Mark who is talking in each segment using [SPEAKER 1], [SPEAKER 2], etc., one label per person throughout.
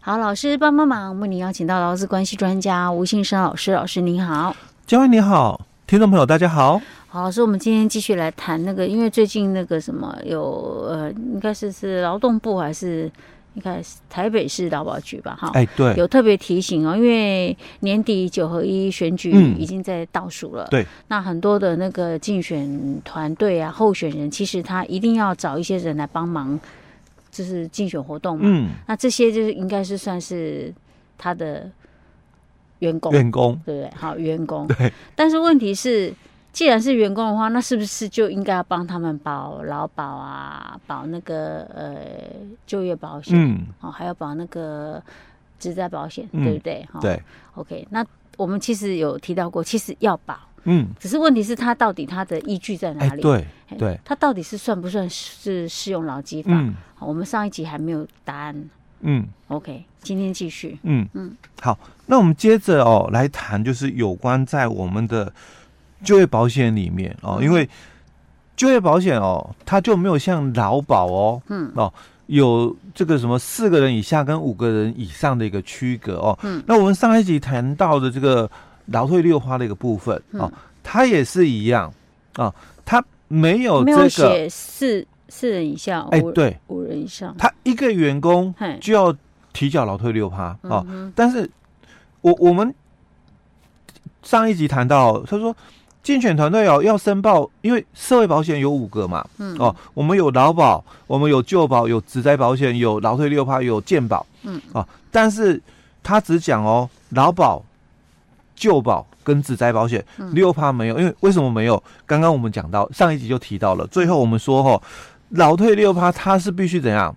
[SPEAKER 1] 好，老师帮帮忙，为您邀请到劳资关系专家吴信生老师，老师您好。
[SPEAKER 2] 教练你好，听众朋友大家好。
[SPEAKER 1] 好，老师，我们今天继续来谈那个，因为最近那个什么有呃，应该是是劳动部还是应该是台北市劳保局吧？哈，
[SPEAKER 2] 哎，对，
[SPEAKER 1] 有特别提醒哦，因为年底九合一选举
[SPEAKER 2] 嗯
[SPEAKER 1] 已经在倒数了，
[SPEAKER 2] 对，
[SPEAKER 1] 那很多的那个竞选团队啊，候选人其实他一定要找一些人来帮忙，就是竞选活动嘛。
[SPEAKER 2] 嗯，
[SPEAKER 1] 那这些就是应该是算是他的员工，
[SPEAKER 2] 员工，
[SPEAKER 1] 对不对？好，员工。
[SPEAKER 2] 对。
[SPEAKER 1] 但是问题是，既然是员工的话，那是不是就应该要帮他们保劳保啊，保那个呃就业保险，
[SPEAKER 2] 嗯，
[SPEAKER 1] 哦，还有保那个职灾保险，
[SPEAKER 2] 嗯
[SPEAKER 1] 对不对？哈、
[SPEAKER 2] 对，
[SPEAKER 1] OK，那我们其实有提到过，其实要保，
[SPEAKER 2] 嗯，
[SPEAKER 1] 只是问题是它到底它的依据在
[SPEAKER 2] 哎
[SPEAKER 1] 哪，里？
[SPEAKER 2] 对，
[SPEAKER 1] 嘿
[SPEAKER 2] 对，
[SPEAKER 1] 它到底是算不算是适用劳基法、
[SPEAKER 2] 嗯，
[SPEAKER 1] 好我们上一集还没有答案。
[SPEAKER 2] 嗯，
[SPEAKER 1] OK，今天继续。
[SPEAKER 2] 嗯，
[SPEAKER 1] 嗯
[SPEAKER 2] 嗯，好，那我们接着哦来谈，就是有关在我们的就业保险里面哦，
[SPEAKER 1] 嗯
[SPEAKER 2] 因为就业保险哦，它就没有像劳保哦，
[SPEAKER 1] 嗯，
[SPEAKER 2] 哦，有这个什么四个人以下跟五个人以上的一个区隔哦，
[SPEAKER 1] 嗯，
[SPEAKER 2] 那我们上一集谈到的这个劳退六花的一个部分哦
[SPEAKER 1] 嗯，
[SPEAKER 2] 它也是一样啊，它没有
[SPEAKER 1] 没
[SPEAKER 2] 哦
[SPEAKER 1] 有
[SPEAKER 2] 这个，
[SPEAKER 1] 写四四人以下，
[SPEAKER 2] 哎，
[SPEAKER 1] 五
[SPEAKER 2] 对，
[SPEAKER 1] 五人以上。
[SPEAKER 2] 他一个员工
[SPEAKER 1] 嘿，
[SPEAKER 2] 就要提缴劳退六趴啊。哦
[SPEAKER 1] 嗯哼
[SPEAKER 2] 但是我我们上一集谈到，他说竞选团队哦要申报，因为社会保险有五个嘛，
[SPEAKER 1] 嗯
[SPEAKER 2] 哦，我们有劳保，我们有旧保，有职灾保险，有劳退六趴，有健保，
[SPEAKER 1] 嗯，
[SPEAKER 2] 哦，但是他只讲哦劳保、旧保跟职灾保险
[SPEAKER 1] 嗯
[SPEAKER 2] 六趴没有，因为为什么没有？刚刚我们讲到上一集就提到了，最后我们说哦，劳退六趴它是必须怎样？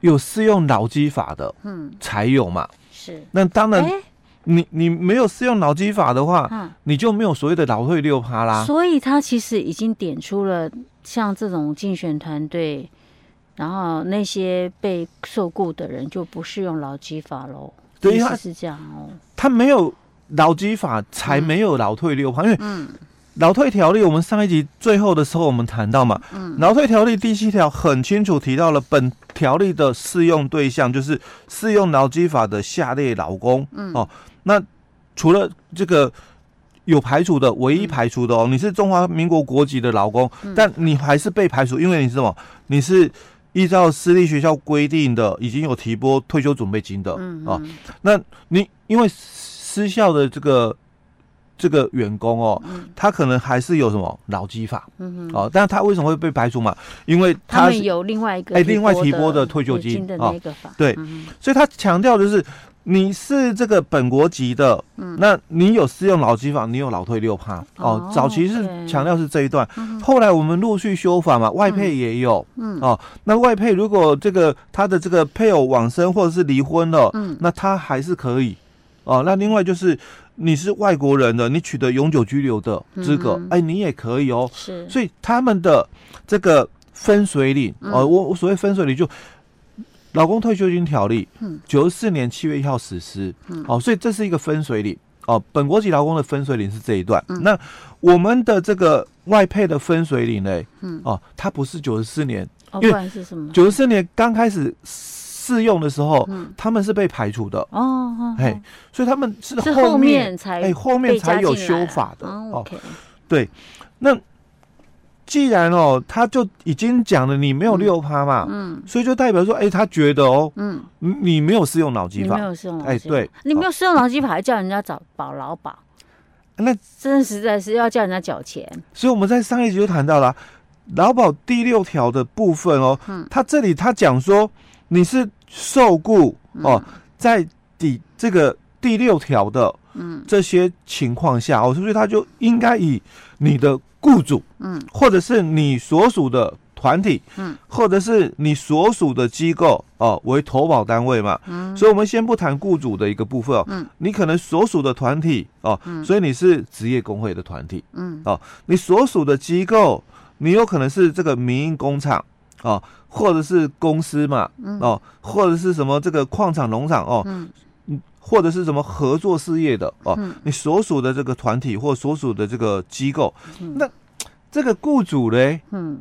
[SPEAKER 2] 有适用劳基法的
[SPEAKER 1] 嗯，
[SPEAKER 2] 才有嘛？
[SPEAKER 1] 是。
[SPEAKER 2] 那当然，
[SPEAKER 1] 哎，
[SPEAKER 2] 你你没有适用劳基法的话，
[SPEAKER 1] 嗯，
[SPEAKER 2] 你就没有所谓的劳退六趴啦。
[SPEAKER 1] 所以他其实已经点出了像这种竞选团队，然后那些被受雇的人就不适用劳基法喽。
[SPEAKER 2] 对
[SPEAKER 1] 意
[SPEAKER 2] 他
[SPEAKER 1] 思是这样哦。
[SPEAKER 2] 他没有劳基法，才没有劳退六趴，因为
[SPEAKER 1] 嗯
[SPEAKER 2] 劳退条例我们上一集最后的时候我们谈到嘛，
[SPEAKER 1] 嗯
[SPEAKER 2] 劳退条例第七条很清楚提到了本条例的适用对象就是适用劳基法的下列劳工。
[SPEAKER 1] 嗯
[SPEAKER 2] 哦那除了这个有排除的，唯一排除的哦，你是中华民国国籍的劳工，
[SPEAKER 1] 嗯
[SPEAKER 2] 但你还是被排除，因为你是什么？你是依照私立学校规定的，已经有提拨退休准备金的，
[SPEAKER 1] 嗯
[SPEAKER 2] 哦，
[SPEAKER 1] 嗯
[SPEAKER 2] 你因为私校的这个这个员工哦，
[SPEAKER 1] 嗯
[SPEAKER 2] 他可能还是有什么劳基法
[SPEAKER 1] 嗯哼
[SPEAKER 2] 哦，但他为什么会被排除嘛？因为
[SPEAKER 1] 他
[SPEAKER 2] 他
[SPEAKER 1] 们
[SPEAKER 2] 是
[SPEAKER 1] 有另外一个
[SPEAKER 2] 哎另外提
[SPEAKER 1] 拨
[SPEAKER 2] 拨
[SPEAKER 1] 的
[SPEAKER 2] 的退休金哦
[SPEAKER 1] 金的那个法，
[SPEAKER 2] 对
[SPEAKER 1] 嗯
[SPEAKER 2] 所以他强调就是你是这个本国籍的，
[SPEAKER 1] 嗯
[SPEAKER 2] 那你有适用劳基法，你有劳退六趴哦
[SPEAKER 1] 哦。
[SPEAKER 2] 早期是
[SPEAKER 1] OK 嗯
[SPEAKER 2] 强调是这一段，
[SPEAKER 1] 哼
[SPEAKER 2] 后来我们陆续修法嘛，外配也有、
[SPEAKER 1] 嗯
[SPEAKER 2] 哦。那外配如果这个他的这个配偶往生或者是离婚了，
[SPEAKER 1] 嗯
[SPEAKER 2] 那他还是可以哦。那另外就是你是外国人的，你取得永久居留的资格
[SPEAKER 1] 嗯，哼
[SPEAKER 2] 哎、你也可以哦。
[SPEAKER 1] 是，
[SPEAKER 2] 所以他们的这个分水岭
[SPEAKER 1] 嗯
[SPEAKER 2] 哦，我我所谓分水岭就。老公退休金条例
[SPEAKER 1] 嗯，
[SPEAKER 2] 九十四年七月一号实施，
[SPEAKER 1] 嗯
[SPEAKER 2] 哦，所以这是一个分水岭哦。本国籍劳工的分水岭是这一段，
[SPEAKER 1] 嗯
[SPEAKER 2] 那我们的这个外配的分水岭呢，
[SPEAKER 1] 嗯
[SPEAKER 2] 哦，它不是九十四年，
[SPEAKER 1] 哦，不
[SPEAKER 2] 因为
[SPEAKER 1] 然是什么？
[SPEAKER 2] 九十四年刚开始适用的时候，
[SPEAKER 1] 嗯
[SPEAKER 2] 他们是被排除的，
[SPEAKER 1] 哦哦，
[SPEAKER 2] 嘿
[SPEAKER 1] 哦
[SPEAKER 2] 所以他们是
[SPEAKER 1] 是
[SPEAKER 2] 后面
[SPEAKER 1] 面才
[SPEAKER 2] 哎后面
[SPEAKER 1] 被加进
[SPEAKER 2] 才
[SPEAKER 1] 来
[SPEAKER 2] 有
[SPEAKER 1] 啊
[SPEAKER 2] 修法的
[SPEAKER 1] 哦
[SPEAKER 2] 哦。
[SPEAKER 1] ，OK，
[SPEAKER 2] 既然哦，他就已经讲了你没有六趴嘛，
[SPEAKER 1] 嗯
[SPEAKER 2] 所以就代表说，哎，他觉得哦，
[SPEAKER 1] 嗯，
[SPEAKER 2] 你你没有适用脑
[SPEAKER 1] 你
[SPEAKER 2] 基
[SPEAKER 1] 没
[SPEAKER 2] 法，
[SPEAKER 1] 有适用劳
[SPEAKER 2] 哎
[SPEAKER 1] 基法
[SPEAKER 2] 对
[SPEAKER 1] 你没有适用劳基法，还叫人家找保劳保，
[SPEAKER 2] 那
[SPEAKER 1] 真的实在是要叫人家缴钱，
[SPEAKER 2] 所以我们在上一集就谈到了啊劳保第六条的部分哦，
[SPEAKER 1] 嗯
[SPEAKER 2] 他这里他讲说你是受雇
[SPEAKER 1] 嗯
[SPEAKER 2] 哦，在第这个第六条的
[SPEAKER 1] 嗯
[SPEAKER 2] 这些情况下哦，所以他就应该以你的雇主
[SPEAKER 1] 嗯
[SPEAKER 2] 或者是你所属的团体，
[SPEAKER 1] 嗯，
[SPEAKER 2] 或者是你所属的机构哦为投保单位嘛，
[SPEAKER 1] 嗯
[SPEAKER 2] 所以我们先不谈雇主的一个部分哦，
[SPEAKER 1] 嗯，
[SPEAKER 2] 你可能所属的团体哦，
[SPEAKER 1] 嗯
[SPEAKER 2] 所以你是职业工会的团体，
[SPEAKER 1] 嗯
[SPEAKER 2] 你所属的机构，你有可能是这个民营工厂哦，或者是公司嘛，
[SPEAKER 1] 嗯
[SPEAKER 2] 哦，或者是什么这个矿场、农场哦，
[SPEAKER 1] 嗯
[SPEAKER 2] 或者是什么合作事业的哦，
[SPEAKER 1] 嗯
[SPEAKER 2] 你所属的这个团体或所属的这个机构，
[SPEAKER 1] 嗯
[SPEAKER 2] 那这个雇主嘞，
[SPEAKER 1] 嗯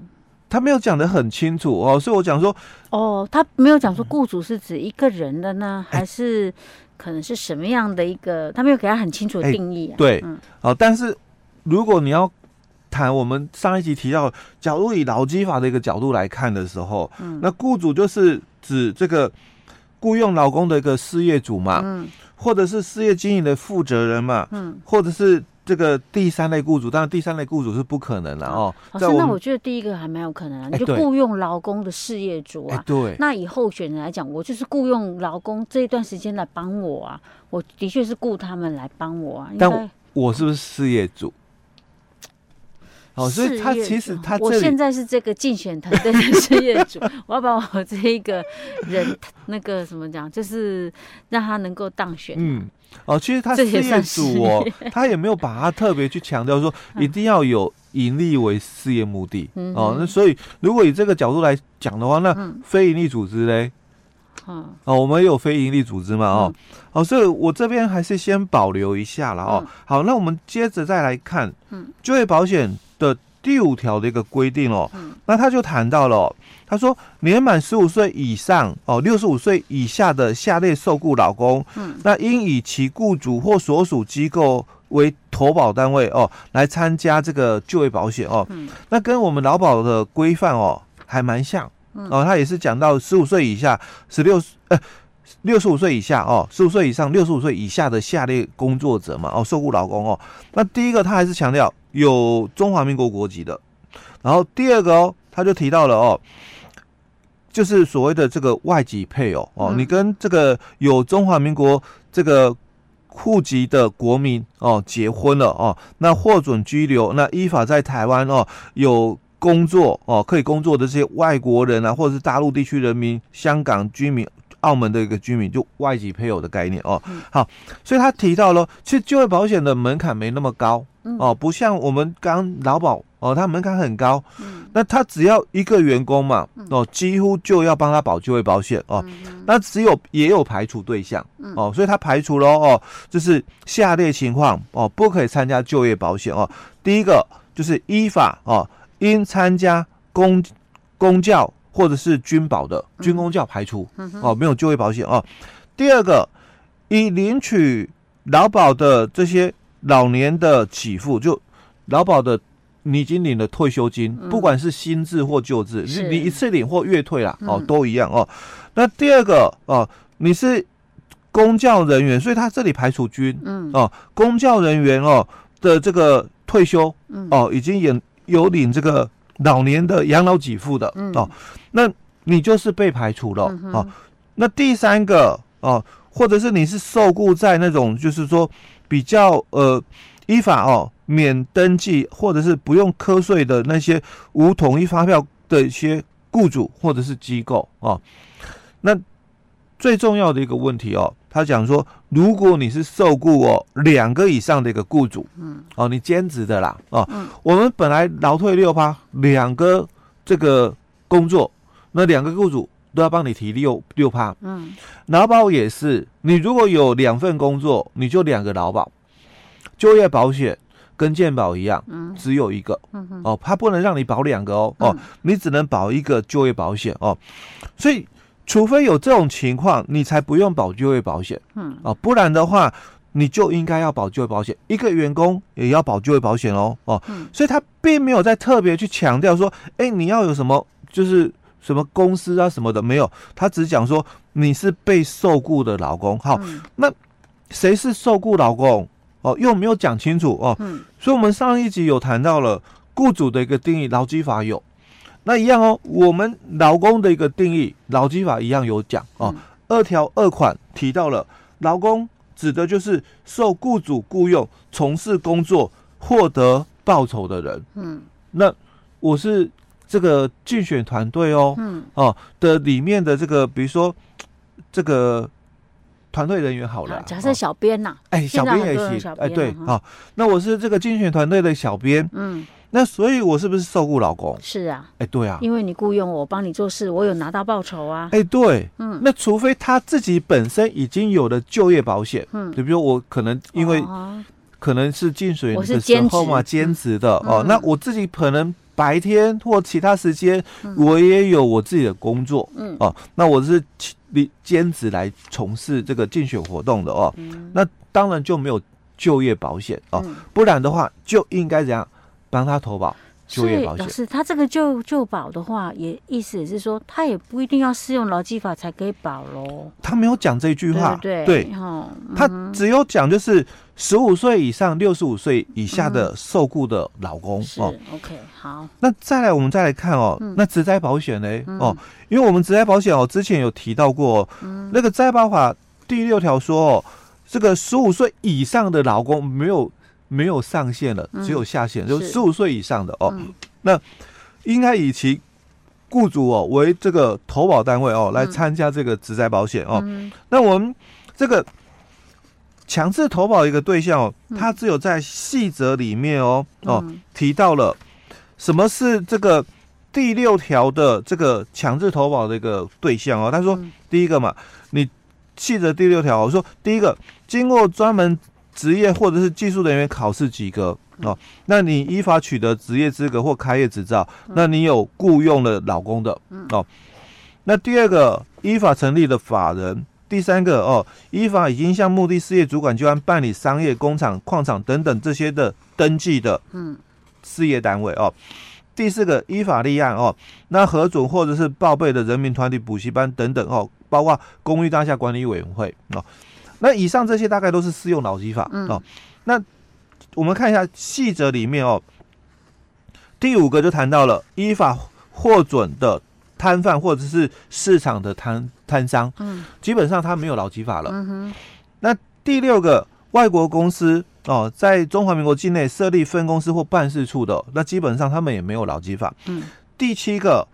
[SPEAKER 2] 他没有讲得很清楚哦，所以我讲说，
[SPEAKER 1] 哦，他没有
[SPEAKER 2] 嗯
[SPEAKER 1] 讲说雇主是指一个人的呢，
[SPEAKER 2] 哎
[SPEAKER 1] 还是可能是什么样的一个？他没有给他很清楚的
[SPEAKER 2] 哎
[SPEAKER 1] 定义啊。
[SPEAKER 2] 对
[SPEAKER 1] 嗯，
[SPEAKER 2] 哦，但是如果你要谈我们上一集提到，假如以劳基法的一个角度来看的时候，
[SPEAKER 1] 嗯
[SPEAKER 2] 那雇主就是指这个雇佣劳工的一个事业主嘛，
[SPEAKER 1] 嗯
[SPEAKER 2] 或者是事业经营的负责人嘛，
[SPEAKER 1] 嗯，
[SPEAKER 2] 或者是这个第三类雇主，当然第三类雇主是不可能了哦，
[SPEAKER 1] 老
[SPEAKER 2] 在
[SPEAKER 1] 师，那
[SPEAKER 2] 们
[SPEAKER 1] 我觉得第一个还蛮有可能啊，你
[SPEAKER 2] 哎
[SPEAKER 1] 就
[SPEAKER 2] 对
[SPEAKER 1] 雇佣劳工的事业主
[SPEAKER 2] 哎、
[SPEAKER 1] 啊。
[SPEAKER 2] 对，
[SPEAKER 1] 那以候选人来讲，我就是雇佣劳工这一段时间来帮我啊，我的确是雇他们来帮我啊。应
[SPEAKER 2] 但
[SPEAKER 1] 该
[SPEAKER 2] 我我是不是事业主？哦，所以他
[SPEAKER 1] 事业
[SPEAKER 2] 其实
[SPEAKER 1] 主
[SPEAKER 2] 他
[SPEAKER 1] 我
[SPEAKER 2] 这
[SPEAKER 1] 现
[SPEAKER 2] 里
[SPEAKER 1] 在是这个竞选团队的事业主， 我要把我这一个人那个什么讲，就是让他能够当选。
[SPEAKER 2] 嗯。哦，其实他
[SPEAKER 1] 这
[SPEAKER 2] 事
[SPEAKER 1] 也
[SPEAKER 2] 业
[SPEAKER 1] 算事
[SPEAKER 2] 主 哦，他也没有把他特别去强调说一定要有盈利为事业目的、
[SPEAKER 1] 嗯
[SPEAKER 2] 哦。那
[SPEAKER 1] 哼
[SPEAKER 2] 所以如果以这个角度来讲的话，那
[SPEAKER 1] 嗯
[SPEAKER 2] 非盈利组织嘞，
[SPEAKER 1] 嗯
[SPEAKER 2] 哦，我们有非盈利组织嘛，哦，哦，所以我这边还是先保留一下了哦。
[SPEAKER 1] 嗯
[SPEAKER 2] 好，那我们接着再来看，
[SPEAKER 1] 嗯，
[SPEAKER 2] 就业保险的第五条的一个规定哦，
[SPEAKER 1] 嗯
[SPEAKER 2] 那他就谈到了哦、他说年满十五岁以上哦，六十五岁以下的下列受雇劳工，
[SPEAKER 1] 嗯，
[SPEAKER 2] 那应以其雇主或所属机构为投保单位哦，来参加这个就业保险哦，
[SPEAKER 1] 嗯
[SPEAKER 2] 那跟我们劳保的规范哦还蛮像
[SPEAKER 1] 嗯
[SPEAKER 2] 哦，他也是讲到十五岁以下、十六呃六十五岁以下哦，十五岁以上、六十五岁以下的下列工作者嘛哦，受雇劳工哦。那第一个他还是强调有中华民国国籍的，然后第二个哦，他就提到了哦。就是所谓的这个外籍配偶哦，
[SPEAKER 1] 嗯
[SPEAKER 2] 你跟这个有中华民国这个户籍的国民哦结婚了哦，那获准居留，那依法在台湾哦有工作哦，可以工作的这些外国人啊，或者是大陆地区人民、香港居民、澳门的一个居民，就外籍配偶的概念哦。
[SPEAKER 1] 嗯
[SPEAKER 2] 好，所以他提到了，其实就业保险的门槛没那么高
[SPEAKER 1] 嗯
[SPEAKER 2] 哦，不像我们刚劳保哦，它门槛很高。
[SPEAKER 1] 嗯
[SPEAKER 2] 那他只要一个员工嘛，哦，几乎就要帮他保就业保险哦。
[SPEAKER 1] 嗯
[SPEAKER 2] 那只有也有排除对象
[SPEAKER 1] 嗯
[SPEAKER 2] 哦，所以他排除了哦，就是下列情况哦，不可以参加就业保险哦。第一个就是依法哦，因参加公公教或者是军保的军公教排除
[SPEAKER 1] 嗯哼
[SPEAKER 2] 哦，没有就业保险哦。第二个，以领取劳保的这些老年的给付，就劳保的你已经领了退休金，
[SPEAKER 1] 嗯
[SPEAKER 2] 不管是新制或旧制，你
[SPEAKER 1] 是
[SPEAKER 2] 你一次领或月退啦，哦
[SPEAKER 1] 嗯，
[SPEAKER 2] 都一样哦。那第二个哦，你是公教人员，所以他这里排除军
[SPEAKER 1] 嗯
[SPEAKER 2] 哦，公教人员哦的这个退休
[SPEAKER 1] 嗯
[SPEAKER 2] 哦，已经也有领这个老年的养老给付的
[SPEAKER 1] 嗯
[SPEAKER 2] 哦，那你就是被排除了
[SPEAKER 1] 嗯哼
[SPEAKER 2] 哦。那第三个哦，或者是你是受雇在那种就是说比较呃依法哦免登记或者是不用课税的那些无统一发票的一些雇主或者是机构哦。那最重要的一个问题哦，他讲说，如果你是受雇哦两个以上的一个雇主，
[SPEAKER 1] 嗯，
[SPEAKER 2] 哦，你兼职的啦，哦，
[SPEAKER 1] 嗯
[SPEAKER 2] 我们本来劳退六趴两个这个工作，那两个雇主都要帮你提六六趴，
[SPEAKER 1] 嗯
[SPEAKER 2] 劳保也是，你如果有两份工作，你就两个劳保，就业保险跟健保一样，
[SPEAKER 1] 嗯
[SPEAKER 2] 只有一个
[SPEAKER 1] 嗯哼
[SPEAKER 2] 哦，它不能让你保两个哦，哦
[SPEAKER 1] 嗯，
[SPEAKER 2] 你只能保一个就业保险哦，所以除非有这种情况，你才不用保就业保险。
[SPEAKER 1] 嗯
[SPEAKER 2] 哦，不然的话，你就应该要保就业保险，一个员工也要保就业保险哦，哦，
[SPEAKER 1] 嗯
[SPEAKER 2] 所以他并没有在特别去强调说，哎、你要有什么就是什么公司啊什么的，没有，他只讲说你是被受雇的劳工，好，
[SPEAKER 1] 嗯
[SPEAKER 2] 谁是受雇劳工？哦，又没有讲清楚哦，
[SPEAKER 1] 嗯
[SPEAKER 2] 所以我们上一集有谈到了雇主的一个定义，劳基法有。那一样哦，我们劳工的一个定义，劳基法一样有讲哦。
[SPEAKER 1] 嗯
[SPEAKER 2] 二条二款提到了，劳工指的就是受雇主雇佣从事工作获得报酬的人。
[SPEAKER 1] 嗯
[SPEAKER 2] 那我是这个竞选团队哦，
[SPEAKER 1] 嗯
[SPEAKER 2] 哦的里面的这个，比如说这个团队人员好了
[SPEAKER 1] 好
[SPEAKER 2] 啊，，
[SPEAKER 1] 假
[SPEAKER 2] 哦
[SPEAKER 1] 设小编呐，
[SPEAKER 2] 哎，
[SPEAKER 1] 现
[SPEAKER 2] 小
[SPEAKER 1] 在
[SPEAKER 2] 编
[SPEAKER 1] 很
[SPEAKER 2] 也
[SPEAKER 1] 多人
[SPEAKER 2] 行
[SPEAKER 1] 小，
[SPEAKER 2] 哎，
[SPEAKER 1] 编
[SPEAKER 2] 对
[SPEAKER 1] 了，哈
[SPEAKER 2] 好、那我是这个竞选团队的小编，
[SPEAKER 1] 嗯，
[SPEAKER 2] 那所以我是不是受雇老公？
[SPEAKER 1] 是啊，
[SPEAKER 2] 哎，对啊，
[SPEAKER 1] 因为你雇佣我，我帮你做事，我有拿到报酬啊，
[SPEAKER 2] 哎，对，
[SPEAKER 1] 嗯
[SPEAKER 2] 那除非他自己本身已经有了就业保险，
[SPEAKER 1] 嗯，
[SPEAKER 2] 就比如我可能因为
[SPEAKER 1] 哦
[SPEAKER 2] 可能是进水
[SPEAKER 1] 我是
[SPEAKER 2] 的时
[SPEAKER 1] 兼
[SPEAKER 2] 候嘛，
[SPEAKER 1] 职
[SPEAKER 2] 兼职的
[SPEAKER 1] 嗯
[SPEAKER 2] 哦
[SPEAKER 1] 嗯，
[SPEAKER 2] 那我自己可能。白天或其他时间，我也有我自己的工作，
[SPEAKER 1] 嗯
[SPEAKER 2] 哦，那我是其兼职来从事这个竞选活动的哦，那当然就没有就业保险哦，
[SPEAKER 1] 嗯
[SPEAKER 2] 不然的话就应该怎样帮他投保就
[SPEAKER 1] 所
[SPEAKER 2] 业
[SPEAKER 1] 以
[SPEAKER 2] 保
[SPEAKER 1] 老
[SPEAKER 2] 险。
[SPEAKER 1] 师，他这个就就保的话，也意思也是说，他也不一定要适用劳基法才可以保喽，
[SPEAKER 2] 他没有讲这句
[SPEAKER 1] 对
[SPEAKER 2] 话，
[SPEAKER 1] 不对？
[SPEAKER 2] 对
[SPEAKER 1] 哦，
[SPEAKER 2] 他
[SPEAKER 1] 嗯
[SPEAKER 2] 只有讲就是十五岁以上、六十五岁以下的受雇的老公、
[SPEAKER 1] 嗯是
[SPEAKER 2] 哦。
[SPEAKER 1] OK 好，
[SPEAKER 2] 那再来，我们再来看哦，那职灾保险呢？哦，因为我们职灾保险哦，之前有提到过、哦，那个灾保法第六条说哦，这个十五岁以上的劳工没有没有上限了，只有下限，就是
[SPEAKER 1] 是
[SPEAKER 2] 十五岁以上的哦。
[SPEAKER 1] 嗯
[SPEAKER 2] 应该以其雇主哦为这个投保单位哦来参加这个职灾保险哦。
[SPEAKER 1] 嗯
[SPEAKER 2] 那我们这个强制投保一个对象哦，它只有在细则里面哦哦
[SPEAKER 1] 嗯
[SPEAKER 2] 提到了什么是这个第六条的这个强制投保的一个对象哦。他说
[SPEAKER 1] 嗯
[SPEAKER 2] 第一个嘛，你细则第六条哦，我说第一个经过专门职业或者是技术人员考试及格
[SPEAKER 1] 嗯
[SPEAKER 2] 哦，那你依法取得职业资格或开业执照，
[SPEAKER 1] 嗯
[SPEAKER 2] 那你有雇佣了老公的哦。那第二个，依法成立的法人。第三个哦，依法已经向目的事业主管机关办理商业、工厂、矿场等等这些的登记的
[SPEAKER 1] 嗯
[SPEAKER 2] 事业单位哦。第四个，依法立案哦，那核准或者是报备的人民团体补习班等等哦，包括公寓大厦管理委员会哦。那以上这些大概都是适用劳基法、
[SPEAKER 1] 嗯
[SPEAKER 2] 哦。那我们看一下细则里面哦，第五个就谈到了依法获准的摊贩或者是市场的摊摊商，
[SPEAKER 1] 嗯
[SPEAKER 2] 基本上他没有劳基法了。
[SPEAKER 1] 嗯哼
[SPEAKER 2] 第六个，外国公司哦，在中华民国境内设立分公司或办事处的，那基本上他们也没有劳基法。
[SPEAKER 1] 嗯
[SPEAKER 2] 第七个，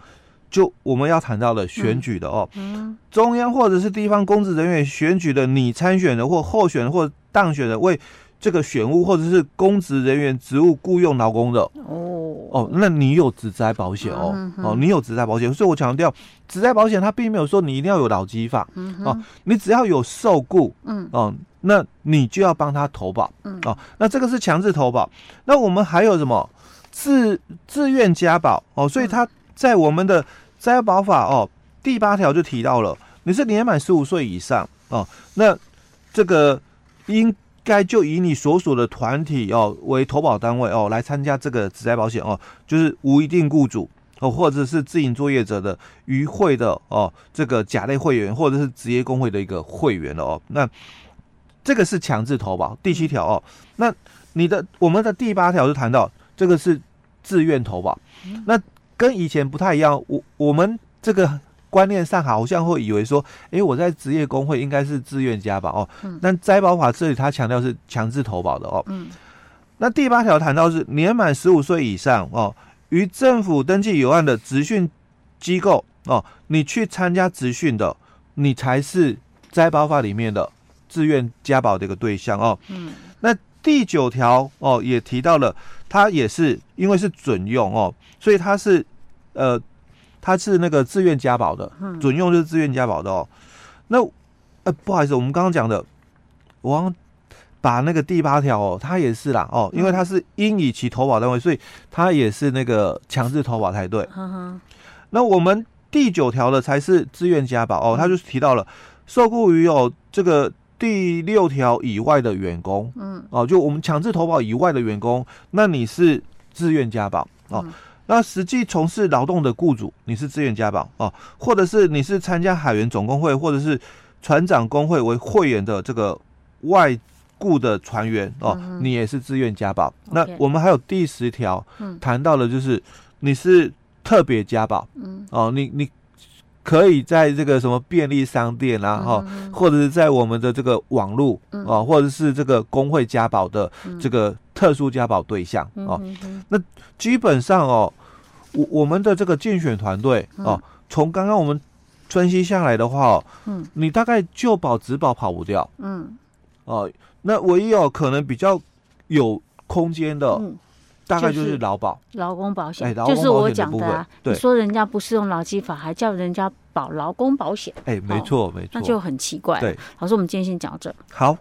[SPEAKER 2] 就我们要谈到的选举的哦，
[SPEAKER 1] 嗯
[SPEAKER 2] 中央或者是地方公职人员选举的拟参选人或候选人或当选人为这个选务或者是公职人员职务雇佣劳工的
[SPEAKER 1] 哦
[SPEAKER 2] 哦，那你有职灾保险哦
[SPEAKER 1] 嗯哼
[SPEAKER 2] 哦，你有职灾保险，所以我强调职灾保险它并没有说你一定要有劳基法，
[SPEAKER 1] 嗯哼
[SPEAKER 2] 哦你只要有受雇，
[SPEAKER 1] 嗯
[SPEAKER 2] 哦，那你就要帮他投保，
[SPEAKER 1] 嗯
[SPEAKER 2] 哦，那这个是强制投保。那我们还有什么自自愿加保哦？
[SPEAKER 1] 嗯
[SPEAKER 2] 所以他在我们的灾保法哦第八条就提到了，你是年满十五岁以上哦，那这个应该就以你所属的团体哦为投保单位哦来参加这个职灾保险哦，就是无一定雇主。哦，或者是自营作业者的与会的哦，这个甲类会员或者是职业工会的一个会员了哦。那这个是强制投保，第七条哦。那你的我们的第八条就谈到这个是自愿投保，
[SPEAKER 1] 嗯
[SPEAKER 2] 那跟以前不太一样。我我们这个观念上好像会以为说，诶，我在职业工会应该是自愿加保哦
[SPEAKER 1] 嗯。
[SPEAKER 2] 但灾保法这里它强调是强制投保的哦。
[SPEAKER 1] 嗯
[SPEAKER 2] 那第八条谈到是年满十五岁以上哦，于政府登记有案的职训机构哦，你去参加职训的，你才是灾保法里面的自愿加保的一个对象哦。
[SPEAKER 1] 嗯
[SPEAKER 2] 那第九条哦也提到了，它也是因为是准用哦，所以它是呃它是那个自愿加保的，
[SPEAKER 1] 嗯
[SPEAKER 2] 准用就是自愿加保的哦。那呃不好意思，我们刚刚讲的，我刚刚把那个第八条哦，它也是啦哦，因为它是应以其投保单位，所以它也是那个强制投保才对。
[SPEAKER 1] 哼嗯哼
[SPEAKER 2] 那我们第九条的才是自愿加保
[SPEAKER 1] 嗯
[SPEAKER 2] 哦，他就是提到了受雇于有这个第六条以外的员工，
[SPEAKER 1] 嗯，
[SPEAKER 2] 哦，就我们强制投保以外的员工，那你是自愿加保哦。
[SPEAKER 1] 嗯
[SPEAKER 2] 那实际从事劳动的雇主，你是自愿加保哦，或者是你是参加海员总工会或者是船长工会为会员的这个外雇的船员哦，你也是自愿加保。那
[SPEAKER 1] 嗯 OK
[SPEAKER 2] 我们还有第十条
[SPEAKER 1] 嗯
[SPEAKER 2] 谈到了，就是你是特别加保，
[SPEAKER 1] 嗯
[SPEAKER 2] 哦，你你可以在这个什么便利商店啊，哈、
[SPEAKER 1] 嗯
[SPEAKER 2] 或者是在我们的这个网络
[SPEAKER 1] 嗯
[SPEAKER 2] 啊，或者是这个工会加保的这个特殊加保对象
[SPEAKER 1] 嗯
[SPEAKER 2] 哦，
[SPEAKER 1] 哼哼
[SPEAKER 2] 基本上哦，我我们的这个竞选团队哦，从刚刚我们分析下来的话哦，
[SPEAKER 1] 嗯，
[SPEAKER 2] 你大概就保只保跑不掉
[SPEAKER 1] 嗯
[SPEAKER 2] 哦，那唯一哦可能比较有空间的，
[SPEAKER 1] 嗯
[SPEAKER 2] 大概
[SPEAKER 1] 就
[SPEAKER 2] 就是是劳保，
[SPEAKER 1] 劳工保
[SPEAKER 2] 哦哎
[SPEAKER 1] 险，
[SPEAKER 2] 劳
[SPEAKER 1] 就
[SPEAKER 2] 工
[SPEAKER 1] 是
[SPEAKER 2] 保
[SPEAKER 1] 我
[SPEAKER 2] 险的
[SPEAKER 1] 讲
[SPEAKER 2] 部
[SPEAKER 1] 的
[SPEAKER 2] 分
[SPEAKER 1] 啊。
[SPEAKER 2] 对
[SPEAKER 1] 你说人家不适用劳基法，还叫人家保劳工保险，
[SPEAKER 2] 哎，没
[SPEAKER 1] 哦
[SPEAKER 2] 错没错，
[SPEAKER 1] 那就很奇怪。
[SPEAKER 2] 对，
[SPEAKER 1] 老师，我们今天先讲到这。
[SPEAKER 2] 好。